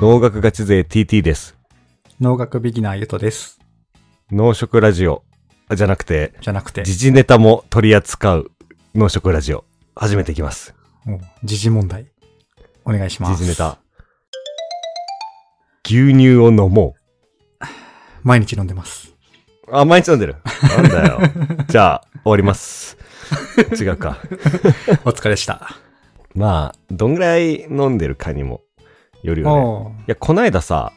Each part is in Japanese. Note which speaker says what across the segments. Speaker 1: 農学ガチ勢 TT です。
Speaker 2: 農学ビギナーゆとです。
Speaker 1: 農食ラジオあじゃなくて、
Speaker 2: じゃなくて、
Speaker 1: 時事ネタも取り扱う農食ラジオ、始めていきます。
Speaker 2: もう時事問題。お願いしま
Speaker 1: 時
Speaker 2: す。
Speaker 1: 事ネタ。牛乳を飲も
Speaker 2: 毎日飲んでます。
Speaker 1: う。あ、毎日飲んでる。なんだ よ。じゃあ、終わります。違うか。
Speaker 2: お疲れ でした。
Speaker 1: まあ、どんぐらい飲んでるかにもよるよね。
Speaker 2: おう
Speaker 1: いや、こないださ、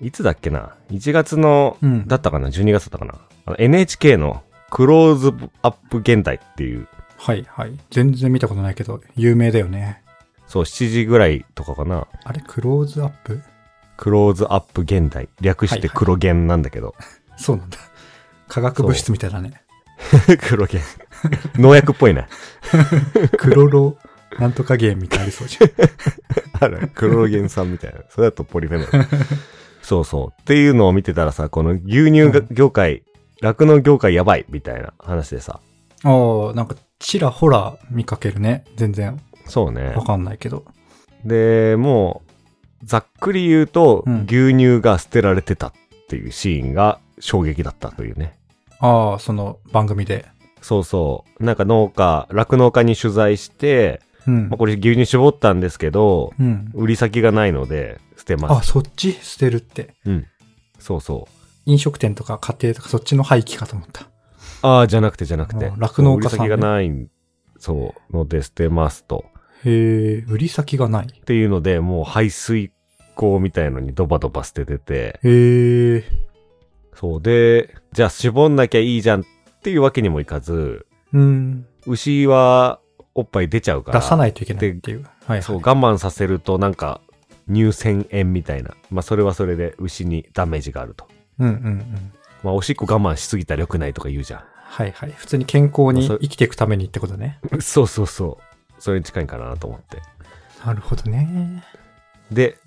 Speaker 1: いつだっけな ?1 月の、
Speaker 2: うん。
Speaker 1: だったかな ?12 月だったかなあの ?NHK のクローズアップ現代っていう、
Speaker 2: はいはい。全然見たことないけど、有名だよね。
Speaker 1: そう、7時ぐらいとかかな
Speaker 2: あれ、クローズアップ
Speaker 1: クローズアップ現代。略して黒ゲンなんだけど。
Speaker 2: そうなんだ。化学物質みたいだね。
Speaker 1: 黒ゲン。農薬っぽいね。
Speaker 2: クロロ、なんとかゲームみたいになりそ うじゃん。
Speaker 1: あら、黒ゲン酸みたいな。それだとポリフェノル。そうそう。っていうのを見てたらさ、この牛乳が
Speaker 2: うん
Speaker 1: 業界、酪農業界やばいみたいな話でさ。
Speaker 2: ああ、なんか、ちらほら見かけるね。全然
Speaker 1: そうね
Speaker 2: わ。かんないけど。
Speaker 1: で、もう、ざっくり言うと、
Speaker 2: うん
Speaker 1: 牛乳が捨てられてたっていうシーンが衝撃だったというね。
Speaker 2: ああ、その番組で。
Speaker 1: そうそう。なんか農家、酪農家に取材して、
Speaker 2: うん
Speaker 1: まあ、。これ牛乳絞ったんですけど、
Speaker 2: うん。
Speaker 1: 売り先がないので捨てま
Speaker 2: あ、
Speaker 1: す。
Speaker 2: そっち捨てるって。
Speaker 1: うん。そうそう。
Speaker 2: 飲食店とか家庭とかそっちの廃棄かと思った。
Speaker 1: ああ、じゃなくてじゃなくて
Speaker 2: あ。酪農家さん
Speaker 1: 売
Speaker 2: ね
Speaker 1: り先がない、そう、ので捨てますと。
Speaker 2: へえ、売り先がない。
Speaker 1: っていうので、もう排水口みたいのにドバドバ捨ててて、
Speaker 2: へえ、
Speaker 1: そうで、じゃあ絞んなきゃいいじゃんっていうわけにもいかず、
Speaker 2: うん。
Speaker 1: 牛はおっぱい出ちゃうから。。
Speaker 2: 出さないいといけないっていう。はい、
Speaker 1: そう、我慢させるとなんか、乳腺炎みたいな。まあ、それはそれで牛にダメージがあると。
Speaker 2: うんうんうん。
Speaker 1: まあ、おしっこ我慢しすぎたら良くないとか言うじゃん。
Speaker 2: はいはい。普通に健康に
Speaker 1: まあそ
Speaker 2: 生きていくためにってことね。
Speaker 1: そうそうそう。それに近いんかなと思って。
Speaker 2: なるほどね。
Speaker 1: で、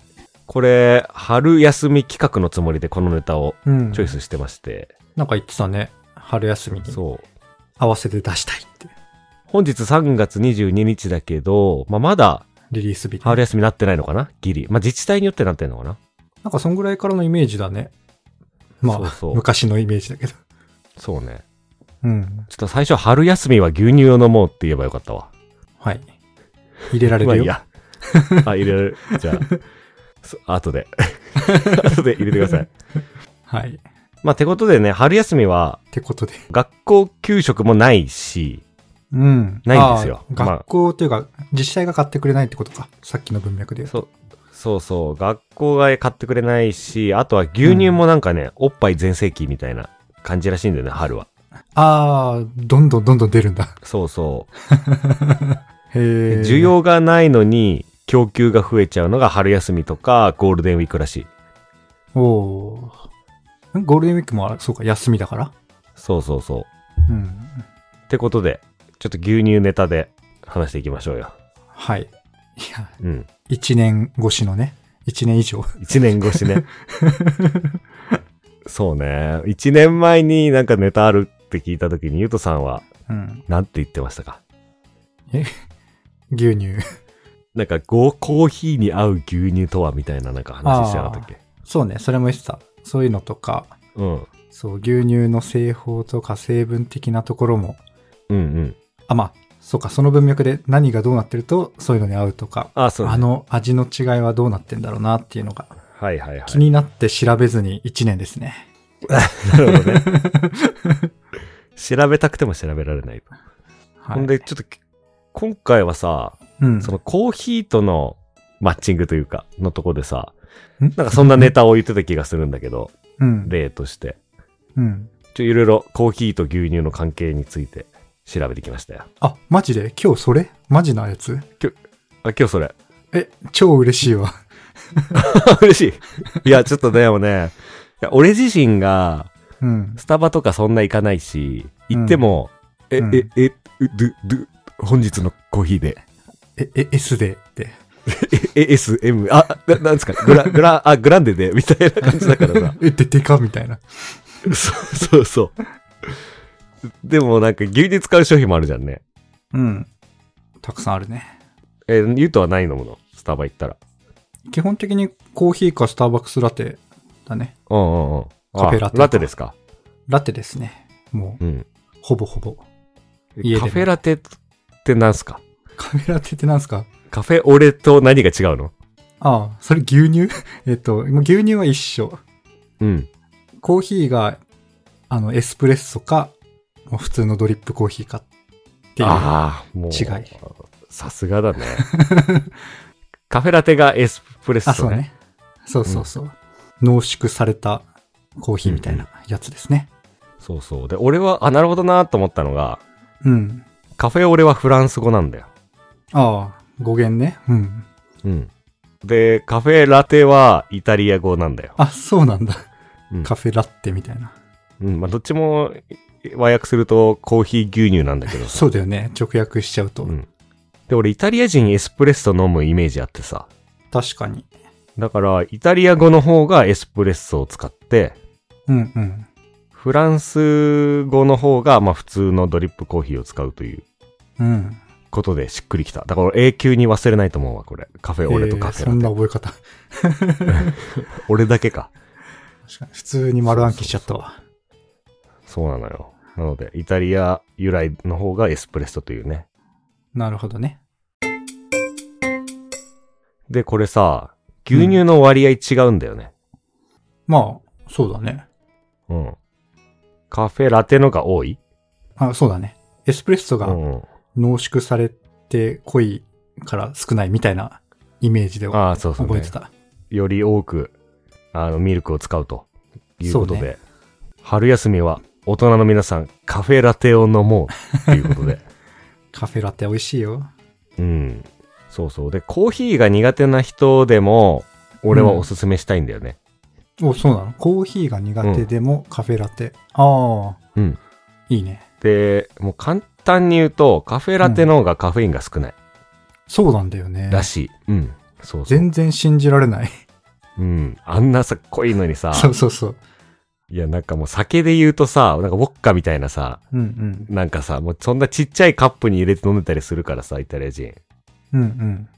Speaker 1: これ、春休み企画のつもりでこのネタを
Speaker 2: うん。
Speaker 1: チョイスしてまして、
Speaker 2: なんか言ってたね。春休みに
Speaker 1: そう。
Speaker 2: 合わせて出したいって。
Speaker 1: 本日3月22日だけど、まあ、まだ
Speaker 2: リリース日。
Speaker 1: 春休みなってないのかなギリ。まあ、自治体によってなってんのかな
Speaker 2: なんかそんぐらいからのイメージだね。まあ、
Speaker 1: そうそう
Speaker 2: 昔のイメージだけど。
Speaker 1: そうね。
Speaker 2: うん。
Speaker 1: ちょっと最初春休みは牛乳を飲もうって言えばよかったわ。
Speaker 2: はい。入れられ
Speaker 1: まあ
Speaker 2: る
Speaker 1: いい
Speaker 2: よ。
Speaker 1: や。あ、入れる。じゃあ、そ後で。 後で入れてください。
Speaker 2: はい。っ
Speaker 1: まあ、てことでね、春休みは
Speaker 2: てことで。
Speaker 1: 学校給食もないし、
Speaker 2: うん。
Speaker 1: ないんですよ
Speaker 2: あー
Speaker 1: まあ
Speaker 2: 学校というか、自治体が買ってくれないってことか。さっきの文脈で言う
Speaker 1: そ
Speaker 2: と。
Speaker 1: う、そうそう、学校が買ってくれないし、あとは牛乳もなんかね、おっぱい全盛期みたいな感じらしいんだよね、春は。
Speaker 2: ああ、どんどんどんどん出るんだ。
Speaker 1: そうそう。
Speaker 2: へえ。
Speaker 1: 需。要がないのに、供給が増えちゃうのが春休みとかゴールデンウィークらしい。
Speaker 2: おおー。んゴールデンウィークもあ、そうか、休みだから。
Speaker 1: そうそうそう。
Speaker 2: うん。
Speaker 1: ってことで、ちょっと牛乳ネタで話していきましょうよ。
Speaker 2: はい。いや、
Speaker 1: うん。
Speaker 2: 一年越しのね。一年以上。
Speaker 1: 一年越しね。そうね。一年前になんかネタあるって聞いた時に、ゆうとさんは、
Speaker 2: うん。
Speaker 1: なんて言ってましたか
Speaker 2: 牛乳。
Speaker 1: なんか、ご、コーヒーに合う牛乳とはみたいななんか話してなかったっけ
Speaker 2: そうね、それも言ってた。そういうのとか、
Speaker 1: うん。
Speaker 2: そう、牛乳の製法とか成分的なところも、
Speaker 1: うんうん。
Speaker 2: あ、まあ、そうか、その文脈で何がどうなってると、そういうのに合うとか、
Speaker 1: あ、そう、ね、
Speaker 2: あの味の違いはどうなってんだろうなっていうのが、
Speaker 1: はいはいはい。
Speaker 2: 気になって調べずに1年ですね。
Speaker 1: なるほど ね。調べたくても調べられない。
Speaker 2: はい。
Speaker 1: ほんで、ちょっと、今回はさ、
Speaker 2: うん。
Speaker 1: そのコーヒーとのマッチングというか、のとこでさ、
Speaker 2: ん
Speaker 1: なんかそんなネタを言ってた気がするんだけど、
Speaker 2: うん。
Speaker 1: 例として。
Speaker 2: うん。
Speaker 1: ちょ、いろいろコーヒーと牛乳の関係について調べてきましたよ。
Speaker 2: あ、マジで今日それマジなやつ
Speaker 1: あ、今日それ。
Speaker 2: え、超嬉しいわ。
Speaker 1: 嬉しい。いや、ちょっとね、でもね、いや俺自身が、
Speaker 2: うん。
Speaker 1: スタバとかそんな行かないし、
Speaker 2: うん
Speaker 1: 行っても、え、
Speaker 2: うん
Speaker 1: え、え、ど、ど、本日のコーヒーで、
Speaker 2: え、え、S でって。。
Speaker 1: え、え S、M、あ、ななんですか、グラ、グラ、あ、グランデで、みたいな感じだからさ
Speaker 2: え、で、でかみたいな。
Speaker 1: そうそうそう。でもなんか牛乳使う商品もあるじゃんね。
Speaker 2: うん。たくさんあるね。
Speaker 1: え、ゆうとはないのもの、スタバ行ったら。
Speaker 2: 基本的にコーヒーかスターバックスラテだね。
Speaker 1: うんうんうん。あ
Speaker 2: カフェラテ
Speaker 1: ラテですか。
Speaker 2: ラテですね。もう、
Speaker 1: うん。
Speaker 2: ほぼほぼ。 家でも
Speaker 1: カフェラテってなんすか
Speaker 2: カフェラテってなんすか
Speaker 1: カフェオレと何が違うの
Speaker 2: ああ、それ牛乳 えっと、もう牛乳は一緒。
Speaker 1: うん。
Speaker 2: コーヒーが、あの、エスプレッソか、もう普通のドリップコーヒーかっていう。
Speaker 1: ああ、もう。
Speaker 2: 違い
Speaker 1: さすがだね。 カフェラテがエスプレッソ、
Speaker 2: あ
Speaker 1: ね。
Speaker 2: そうね。そうそうそう。濃縮されたコーヒーみたいなやつですね。
Speaker 1: そうそう。で、俺は、あ、なるほどなと思ったのが、
Speaker 2: うん。
Speaker 1: カフェオレはフランス語なんだよ。
Speaker 2: ああ、語源ね。うん。
Speaker 1: うん。で、カフェラテはイタリア語なんだよ。
Speaker 2: あ、そうなんだ。
Speaker 1: うん
Speaker 2: カフェラッテみたいな。
Speaker 1: うん。まあ、どっちもえ和訳するとコーヒー牛乳なんだけどさ。
Speaker 2: そうだよね。直訳しちゃうと。
Speaker 1: うん。で、俺イタリア人エスプレッソ飲むイメージあってさ。
Speaker 2: 確かに。
Speaker 1: だから、イタリア語の方がエスプレッソを使って、
Speaker 2: うんうん。
Speaker 1: フランス語の方が、まあ普通のドリップコーヒーを使うという
Speaker 2: うん。
Speaker 1: ことでしっくりきた。だから永久に忘れないと思うわ、これ。カフェオレとカフ
Speaker 2: えーそん
Speaker 1: ェ
Speaker 2: な
Speaker 1: ラテ。
Speaker 2: 覚え方。
Speaker 1: 俺だけか。
Speaker 2: 確かに普通に丸暗記しちゃったわ。
Speaker 1: そうなのよ。なので、イタリア由来の方がエスプレッソというね。
Speaker 2: なるほどね。
Speaker 1: で、これさ、牛乳の割合違うんだよね。
Speaker 2: まあ、そうだね。
Speaker 1: うん。カフェラテのが多い
Speaker 2: あ、そうだね。エスプレッソ
Speaker 1: う
Speaker 2: が
Speaker 1: んうん。
Speaker 2: 濃縮されて濃いから少ないみたいなイメージでは
Speaker 1: ああ、そうそう、
Speaker 2: 覚え
Speaker 1: ね
Speaker 2: て。た。
Speaker 1: より多く、あの、ミルクを使うということで、
Speaker 2: そう
Speaker 1: 春休みは大人の皆さん、カフェラテを飲もうということ で。
Speaker 2: カフェラテ美味しいよ。
Speaker 1: うん。そうそう。で、コーヒーが苦手な人でも、俺はおすすめしたいんだよね。
Speaker 2: お、そうなのコーヒーが苦手でもカフェラテ。ああ、
Speaker 1: うん。
Speaker 2: いいね。
Speaker 1: で、もう簡単に言うと、カフェラテの方がカフェインが少ない
Speaker 2: そうなんだよね。
Speaker 1: らしい。うん。そうそう。
Speaker 2: 全然信じられない。
Speaker 1: うん。あんなさ、濃いのにさ、
Speaker 2: そうそうそう。
Speaker 1: いや、なんかもう酒で言うとさ、なんかウォッカみたいなさ、
Speaker 2: うん
Speaker 1: なんかさ、もうそんなちっちゃいカップに入れて飲んでたりするからさ、イタリア人。
Speaker 2: うん。うんうん。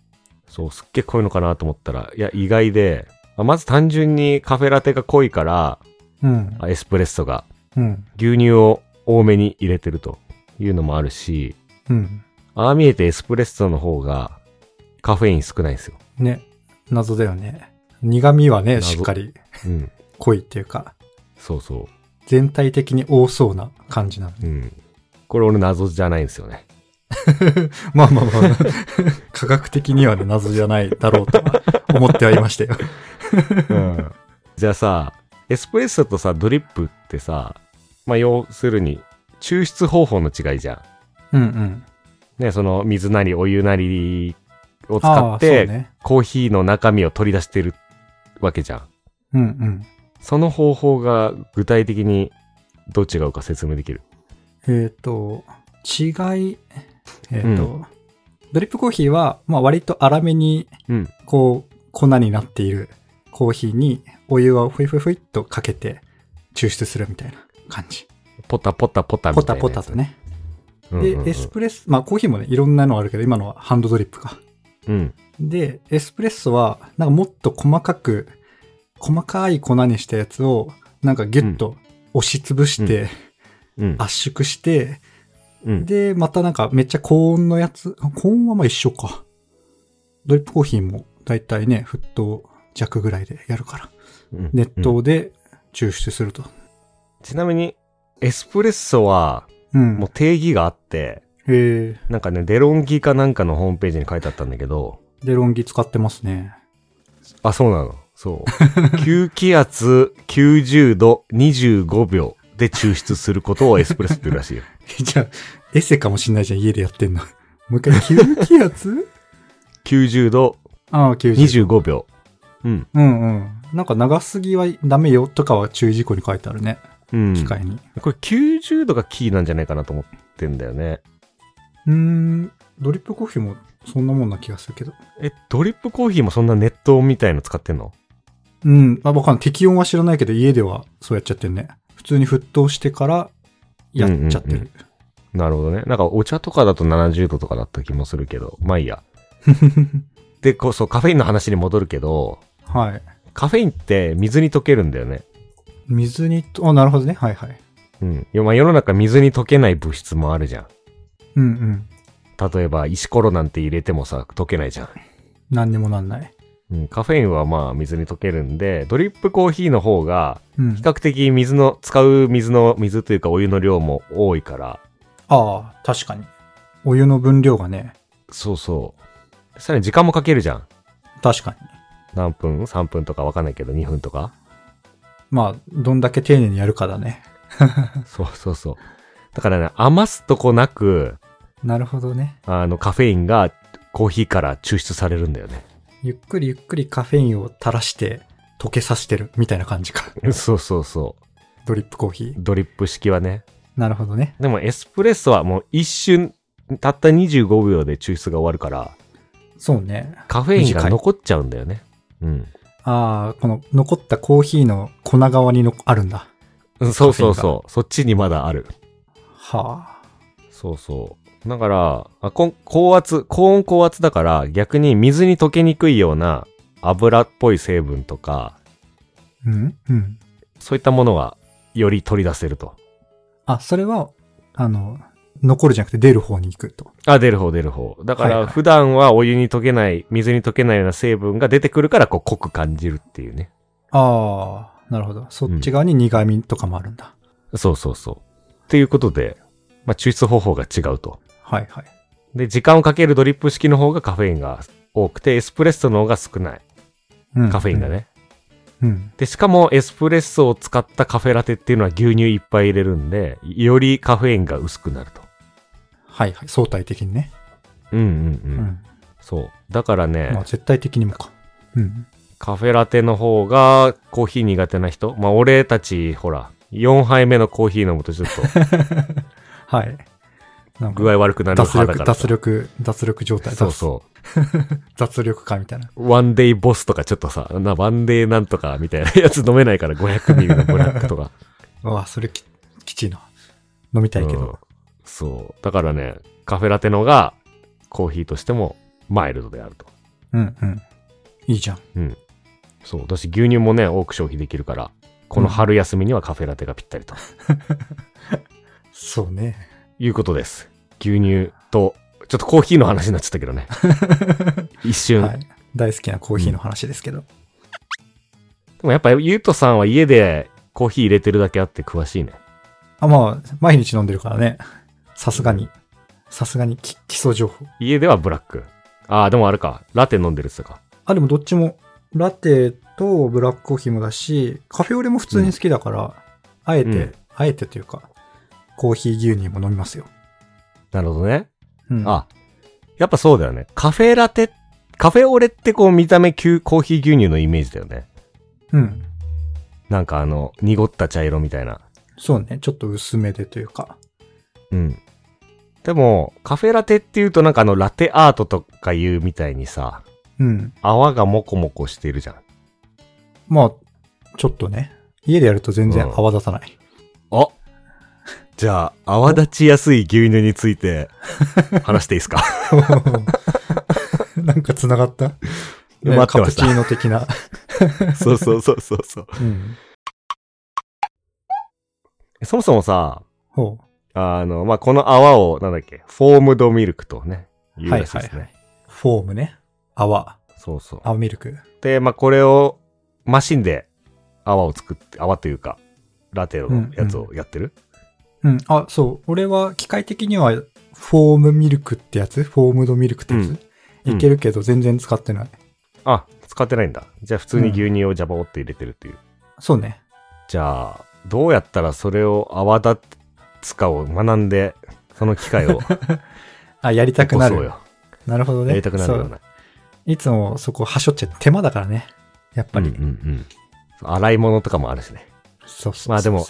Speaker 1: そう、すっげえ濃いのかなと思ったら、いや、意外で、まあまず単純にカフェラテが濃いから、
Speaker 2: うん。
Speaker 1: あエスプレッソが
Speaker 2: うん。
Speaker 1: 牛乳を多めに入れてるというのもあるし、
Speaker 2: うん。
Speaker 1: ああ見えてエスプレッソの方がカフェイン少ないんですよ。
Speaker 2: ね。謎だよね。苦味はね、
Speaker 1: 謎
Speaker 2: しっかり
Speaker 1: うん。
Speaker 2: 濃いっていうか、
Speaker 1: そうそ
Speaker 2: 全体的に多そうな感じなの。
Speaker 1: う。うん。これ俺謎じゃないんですよね。
Speaker 2: まあまあまあ、 科学的にはね、謎じゃないだろうとは思ってはいました よ。
Speaker 1: うん。じゃあさ、エスプレッソとさ、ドリップってさ、まあ要するに抽出方法の違いじゃん。
Speaker 2: うんうん。
Speaker 1: ね、その水なりお湯なりを
Speaker 2: あ
Speaker 1: 使
Speaker 2: あ
Speaker 1: っ
Speaker 2: ー、そう
Speaker 1: て、
Speaker 2: ね。
Speaker 1: コーヒーの中身を取り出してるわけじゃん。
Speaker 2: うんうん。
Speaker 1: その方法が具体的にどう違うか説明できる。
Speaker 2: えっ、と、違い、えっ、と、ドリップコーヒーは、まあ割と粗めに、
Speaker 1: うん。
Speaker 2: こう、粉になっているコーヒーに、お湯をふいふいふいっとかけて、抽出するみたいな感じ。
Speaker 1: ポタポタポタみ
Speaker 2: ポ
Speaker 1: た
Speaker 2: タ
Speaker 1: いなやつ。
Speaker 2: ポタとね。
Speaker 1: うんうん
Speaker 2: で
Speaker 1: うん。、
Speaker 2: エスプレッソ、まあコーヒーもね、いろんなのあるけど、今のはハンドドリップか。
Speaker 1: うん。
Speaker 2: で、エスプレッソは、なんかもっと細かく、細かい粉にしたやつを、なんかギュッと押しつぶして、
Speaker 1: うん。
Speaker 2: 圧縮して、
Speaker 1: うん。
Speaker 2: で、またなんかめっちゃ高温のやつ、あ高温はまあ一緒か。ドリップコーヒーもだいたいね、沸騰弱ぐらいでやるから。
Speaker 1: うん
Speaker 2: 熱
Speaker 1: うん
Speaker 2: 湯で抽出すると。
Speaker 1: ちなみに、エスプレッソは、
Speaker 2: うん。
Speaker 1: もう定義があって、
Speaker 2: へえ、
Speaker 1: なんかね、デロンギかなんかのホームページに書いてあったんだけど、
Speaker 2: デロンギ使ってますね。
Speaker 1: あ、そうなの。そう。吸気圧90度25秒で抽出することをエスプレッソって言うらしい よ。
Speaker 2: じゃあ、エセかもしんないじゃん、家でやってんの。 もう一回、吸気圧
Speaker 1: 90度
Speaker 2: ああ、90。
Speaker 1: 25秒。うん。
Speaker 2: うんうん。なんか長すぎはダメよとかは注意事項に書いてあるね。
Speaker 1: うん。
Speaker 2: 機械に。
Speaker 1: これ90度がキーなんじゃないかなと思ってんだよね。
Speaker 2: うーん。ドリップコーヒーもそんなもんな気がするけど。
Speaker 1: え、ドリップコーヒーもそんな熱湯みたいの使ってんの
Speaker 2: うん。まあ、わかんない。適温は知らないけど、家ではそうやっちゃってるね。普通に沸騰してから、やっちゃってる。
Speaker 1: うんうんなるほどね。なんかお茶とかだと70度とかだった気もするけど、まあいいや。でこそカフェインの話に戻るけど、
Speaker 2: はい。
Speaker 1: カフェインって水に溶けるんだよね。
Speaker 2: 水にと、あ、なるほどね。はいはい。
Speaker 1: うん。よまあ、世の中水に溶けない物質もあるじゃん。
Speaker 2: うんうん。
Speaker 1: 例えば、石ころなんて入れてもさ、溶けないじゃん。
Speaker 2: 何にもなんない。
Speaker 1: うん、カフェインはまあ水に溶けるんで、ドリップコーヒーの方が、
Speaker 2: うん
Speaker 1: 比。較的水の、使う水の、水というかお湯の量も多いから、
Speaker 2: ああ、確かに。お湯の分量がね、
Speaker 1: そうそう。さらに時間もかけるじゃん。
Speaker 2: 確かに。
Speaker 1: 何分 ?3 分とかわかんないけど、2分とか
Speaker 2: まあ、どんだけ丁寧にやるかだね。
Speaker 1: そうそうそう。だからね、余すとこなく、
Speaker 2: なるほどね。
Speaker 1: あの、カフェインがコーヒーから抽出されるんだよね。
Speaker 2: ゆっくりゆっくりカフェインを垂らして溶けさせてるみたいな感じか。
Speaker 1: そうそうそう。
Speaker 2: ドリップコーヒー。
Speaker 1: ドリップ式はね。
Speaker 2: なるほどね。
Speaker 1: でもエスプレッソはもう一瞬、たった25秒で抽出が終わるから、
Speaker 2: そうね。
Speaker 1: カフェイン
Speaker 2: 短
Speaker 1: が
Speaker 2: い
Speaker 1: 残っちゃうんだよね。うん。
Speaker 2: ああ、この残ったコーヒーの粉側にのあるんだ。
Speaker 1: うんそうそうそう。そっちにまだある。
Speaker 2: はあ。
Speaker 1: そうそう。だから、あこん高圧、高温高圧だから逆に水に溶けにくいような油っぽい成分とか、
Speaker 2: うんうん。
Speaker 1: そういったものがより取り出せると。
Speaker 2: あ、それは、あの、残るじゃなくて出る方に行くと。
Speaker 1: あ、出る方出る方。だか
Speaker 2: はい
Speaker 1: ら
Speaker 2: はい
Speaker 1: 普段はお湯に溶けない、水に溶けないような成分が出てくるからこう濃く感じるっていうね。
Speaker 2: ああ、なるほど。そっち側に苦味とかもあるんだ。
Speaker 1: そうそうそう。っていうことで、まあ、抽出方法が違うと。
Speaker 2: はいはい。
Speaker 1: で、時間をかけるドリップ式の方がカフェインが多くて、エスプレッソの方が少ない。
Speaker 2: うん
Speaker 1: カフェインがね。。
Speaker 2: うん。
Speaker 1: で、しかもエスプレッソを使ったカフェラテっていうのは牛乳いっぱい入れるんで、よりカフェインが薄くなると。
Speaker 2: はいはい。相対的にね。
Speaker 1: うんうんう
Speaker 2: う
Speaker 1: ん。
Speaker 2: ん。
Speaker 1: そう。だからね、
Speaker 2: まあ絶対的にもか。うん。
Speaker 1: カフェラテの方がコーヒー苦手な人まあ俺たち、ほら、4杯目のコーヒー飲むとちょっ と
Speaker 2: はい。なんか
Speaker 1: 具合悪くなる
Speaker 2: 脱
Speaker 1: 派だから。
Speaker 2: 力、脱力、脱力状態。
Speaker 1: そう
Speaker 2: う。
Speaker 1: そ
Speaker 2: 脱力かみたいな。
Speaker 1: う。ワンデイボスとかちょっとさ、な、ワンデイなんとかみたいなやつ飲めないから500ミリのブラックと か。
Speaker 2: うわ、それき、きちいな。飲みたいけ
Speaker 1: うん
Speaker 2: ど。
Speaker 1: そう。だからね、カフェラテの方がコーヒーとしてもマイルドであると。
Speaker 2: うん、うん。いいじゃん。
Speaker 1: うん。そう。だし、牛乳もね、多く消費できるから、この春休みにはカフェラテがぴったりと
Speaker 2: そうね。
Speaker 1: いうことです。牛乳と、ちょっとコーヒーの話になっちゃったけど ね。一瞬。
Speaker 2: はい。大好きなコーヒーの話ですけど。
Speaker 1: でもやっぱ、ゆうとさんは家でコーヒー入れてるだけあって詳しいね。
Speaker 2: あ、まあ、毎日飲んでるからね。さすがに。さすがにき基礎情報。
Speaker 1: 家ではブラック。ああ、でもあれか。ラテ飲んでるっつうか。
Speaker 2: あ、でもどっちも、ラテとブラックコーヒーもだし、カフェオレも普通に好きだから、あえて、
Speaker 1: うん
Speaker 2: あえてというか、コーヒー牛乳も飲みますよ。
Speaker 1: なるほどね。
Speaker 2: うん、
Speaker 1: あ、やっぱそうだよね。カフェラテ、カフェオレってこう見た目急コーヒー牛乳のイメージだよね。
Speaker 2: うん。
Speaker 1: なんかあの、濁った茶色みたいな。
Speaker 2: そうね。ちょっと薄めでというか。
Speaker 1: うん。でも、カフェラテっていうとなんかあの、ラテアートとかいうみたいにさ、
Speaker 2: うん。
Speaker 1: 泡がモコモコしてるじゃん。
Speaker 2: まあ、ちょっとね。家でやると全然泡立たない。
Speaker 1: あじゃあ、泡立ちやすい牛乳について、話していいですか
Speaker 2: なんか繋がった、 ね
Speaker 1: 待ってまし
Speaker 2: カプ
Speaker 1: た
Speaker 2: チーノ的な。
Speaker 1: そうそうそうそうそう。
Speaker 2: うん。
Speaker 1: そもそもさ、
Speaker 2: ほ
Speaker 1: あの、まあ、この泡を、なんだっけ、フォームドミルクとね、
Speaker 2: う。
Speaker 1: 言う
Speaker 2: はい
Speaker 1: らしい
Speaker 2: はい
Speaker 1: ですね。
Speaker 2: はい。フォームね。泡。
Speaker 1: そうそう。
Speaker 2: 泡ミルク。
Speaker 1: で、まあ、これを、マシンで泡を作って、泡というか、ラテのやつをやってる、
Speaker 2: うん。あ、そう。俺は機械的には、フォームミルクってやつフォームドミルクってやつ、
Speaker 1: うん
Speaker 2: いけるけど、全然使ってない。
Speaker 1: あ、使ってないんだ。じゃあ、普通に牛乳をジャバオって入れてるっていう。
Speaker 2: そうね。
Speaker 1: じゃあ、どうやったらそれを泡立つかを学んで、その機会を 起
Speaker 2: あ、やりたく
Speaker 1: こ
Speaker 2: な
Speaker 1: そう
Speaker 2: る。
Speaker 1: よ。
Speaker 2: なるほどね。
Speaker 1: やりたくなるよう
Speaker 2: そう
Speaker 1: な。
Speaker 2: いつもそこ、はしょっちゃ手間だからね。やっぱり。
Speaker 1: うんうんうんそう洗い物とかもあるしね。
Speaker 2: そうそうそう
Speaker 1: まあでも。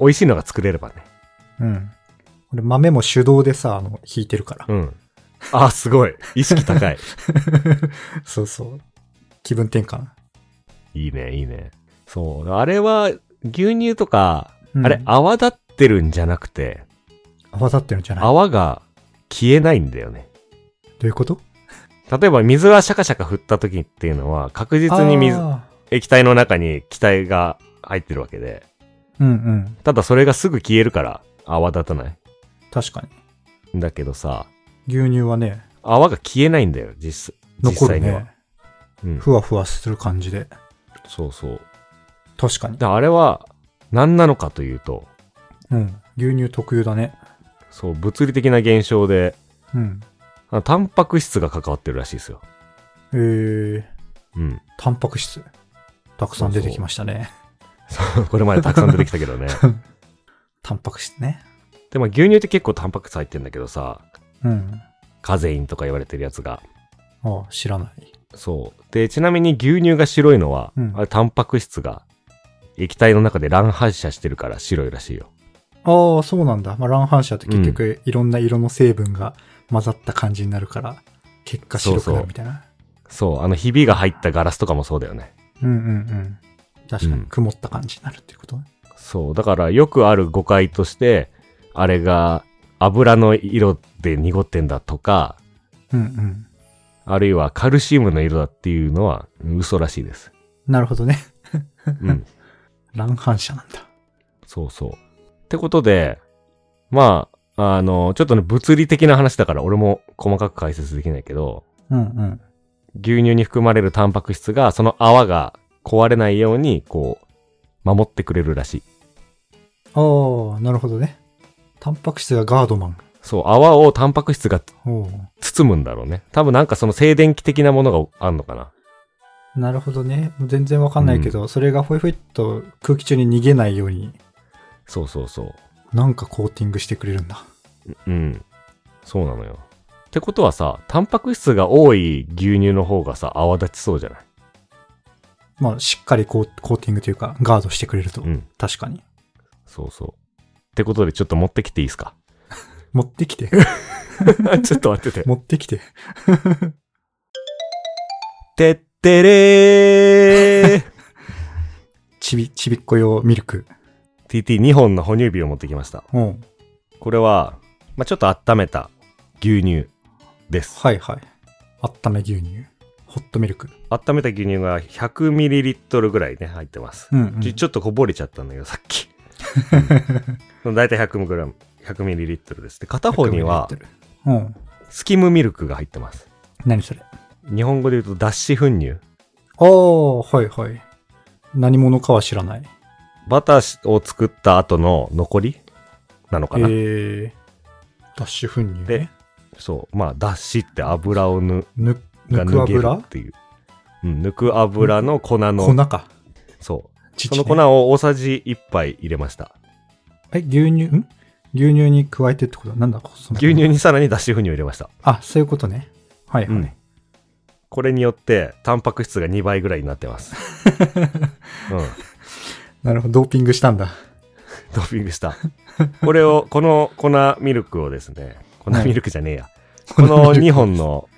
Speaker 1: 美味しいのが作れればね。
Speaker 2: うん。俺、豆も手動でさ、あの、引いてるから。
Speaker 1: うん。あ、すごい。意識高 い。
Speaker 2: そうそう。気分転換。
Speaker 1: いいね、いいね。そう。あれは、牛乳とか、
Speaker 2: うん
Speaker 1: あれ、泡立ってるんじゃなくて、
Speaker 2: 泡立ってるんじゃないど
Speaker 1: 泡が消えないんだよね。
Speaker 2: ういうこと
Speaker 1: 例えば水がシャカシャカ振った時っていうのは、確実に水、
Speaker 2: あ
Speaker 1: 液体の中に気体が入ってるわけで、
Speaker 2: ーうんうん。
Speaker 1: ただそれがすぐ消えるから泡立たない。
Speaker 2: 確かに。
Speaker 1: んだけどさ、
Speaker 2: 牛乳はね、
Speaker 1: 泡が消えないんだよ、実実
Speaker 2: 残
Speaker 1: 際
Speaker 2: る
Speaker 1: には。
Speaker 2: ね。
Speaker 1: うん、
Speaker 2: ふわふわする感じで。
Speaker 1: そうそう。
Speaker 2: 確かに。
Speaker 1: で、あれは何なのかというと、
Speaker 2: うん。牛乳特有だね。
Speaker 1: そう、物理的な現象で、
Speaker 2: うん。
Speaker 1: あのタンパク質が関わってるらしいですよ。
Speaker 2: えー、
Speaker 1: うん。
Speaker 2: タンパク質。たくさん出てきましたね。
Speaker 1: そうこれまでたくさん出てきたけどね。
Speaker 2: タンパク質ね。
Speaker 1: で、まあ牛乳って結構タンパク質入ってんだけどさ、
Speaker 2: うん。
Speaker 1: カゼインとか言われてるやつが。
Speaker 2: ああ、知らない。
Speaker 1: そう。で、ちなみに牛乳が白いのは、
Speaker 2: うん
Speaker 1: あれタンパク質が液体の中で乱反射してるから白いらしいよ。
Speaker 2: ああ、そうなんだ。まあ、乱反射って結局いろんな色の成分が混ざった感じになるから、結果白くなるみたいな。
Speaker 1: そう、あのひびが入ったガラスとかもそうだよね。
Speaker 2: うんうんうん。確か
Speaker 1: う
Speaker 2: に
Speaker 1: ん
Speaker 2: 曇った感じになるっていうことね。
Speaker 1: そう、だからよくある誤解として、あれが油の色で濁ってんだとか、
Speaker 2: うんうん。
Speaker 1: あるいはカルシウムの色だっていうのは嘘らしいです。
Speaker 2: なるほどね。
Speaker 1: うん。
Speaker 2: 乱反射なんだ。
Speaker 1: そうそう。ってことで、まあ、あの、ちょっとね、物理的な話だから俺も細かく解説できないけど、
Speaker 2: うんうん。
Speaker 1: 牛乳に含まれるタンパク質が、その泡が壊れないように、こう、守ってくれるらしい。
Speaker 2: ああ、なるほどね。タンパク質がガードマン。
Speaker 1: そう、泡をタンパク質が
Speaker 2: お
Speaker 1: 包むんだろうね。多分なんかその静電気的なものがあんのかな。
Speaker 2: お。なるほどね。もう全然わかんないけど、それがほいほいっと空気中に逃げないように、
Speaker 1: そうそうそう。
Speaker 2: なんかコーティングしてくれるんだ。
Speaker 1: うん。そうなのよ。ってことはさ、タンパク質が多い牛乳の方がさ、泡立ちそうじゃない
Speaker 2: まあ、しっかりコーコーティングというか、ガードしてくれると。
Speaker 1: うん。
Speaker 2: 確かに。
Speaker 1: そうそう。ってことでちょっと持ってきていいです か
Speaker 2: 持ってきて。
Speaker 1: ちょっと待ってて。
Speaker 2: 持ってきて。
Speaker 1: てってれ ー
Speaker 2: ちび、ちびっこ用ミルク。
Speaker 1: !TT2 本の哺乳瓶を持ってきました。
Speaker 2: うん。
Speaker 1: これは、まあ、ちょっと温めた牛乳です。
Speaker 2: はいはい。温め牛乳。ホットミルク。
Speaker 1: 温めた牛乳が 100ml ぐらいね、入ってます。
Speaker 2: うん、うん。
Speaker 1: ちちょっとこぼれちゃったんだけど、さっ き。だいたい 100g、100ml です。で、片方には、
Speaker 2: うん。
Speaker 1: スキムミルクが入ってます。
Speaker 2: 何それあ
Speaker 1: 日本語で言うと、脱脂粉乳。
Speaker 2: あー、はいはい。何者かは知らない。
Speaker 1: バターを作った後の残りなのか
Speaker 2: え
Speaker 1: な、
Speaker 2: ー、脱脂粉乳
Speaker 1: で
Speaker 2: ね。
Speaker 1: そう。まあ、脱脂って油をぬ、
Speaker 2: ぬ、
Speaker 1: が
Speaker 2: 抜
Speaker 1: 抜
Speaker 2: く
Speaker 1: ける
Speaker 2: 油
Speaker 1: っていう。うん、抜く油の粉
Speaker 2: 粉
Speaker 1: の、
Speaker 2: か。
Speaker 1: そう。
Speaker 2: 乳
Speaker 1: そ
Speaker 2: ね
Speaker 1: の粉を大さじ1杯入れました。
Speaker 2: え、牛乳、ん牛乳に加えてってことはなんだその
Speaker 1: 牛乳にさらに脱脂粉乳を入れました。
Speaker 2: あ、そういうことね。はいはい。
Speaker 1: うんこれによって、タンパク質が2倍ぐらいになって ます。うん。
Speaker 2: なるほど、ドーピングしたんだ。
Speaker 1: ドーピングした。 これを、この粉ミルクをですね、粉ミルクじゃねえや。この2本の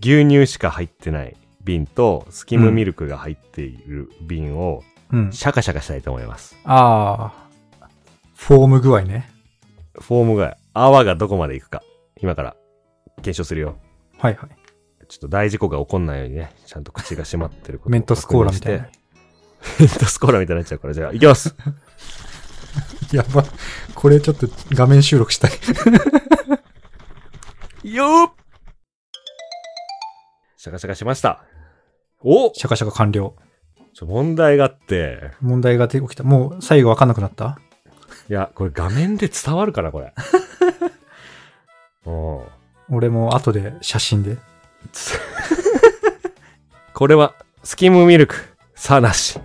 Speaker 1: 牛乳しか入ってない瓶と、スキムミルクが入っている瓶を、
Speaker 2: うん。
Speaker 1: シャカシャカしたいと思います。
Speaker 2: ああ。フォーム具合ね。
Speaker 1: フォームが、泡がどこまでいくか。今から、検証するよ。
Speaker 2: はいはい。
Speaker 1: ちょっと大事故が起こんないようにね、ちゃんと口が閉まってることを
Speaker 2: メントスコーラみたい
Speaker 1: 確
Speaker 2: な
Speaker 1: 認し。て。メントスコーラみたいになっちゃうから、じゃあ、いき ます
Speaker 2: やば。これちょっと画面収録したい。
Speaker 1: よーシャカシャカしました。お
Speaker 2: シャカシャカ完了。
Speaker 1: ちょ問題があって、
Speaker 2: 問題が出てきた。もう最後わかんなくなった
Speaker 1: いや、これ画面で伝わるかな、これ。お
Speaker 2: 俺も後で写真で。
Speaker 1: これは、スキムミルク、さあなし。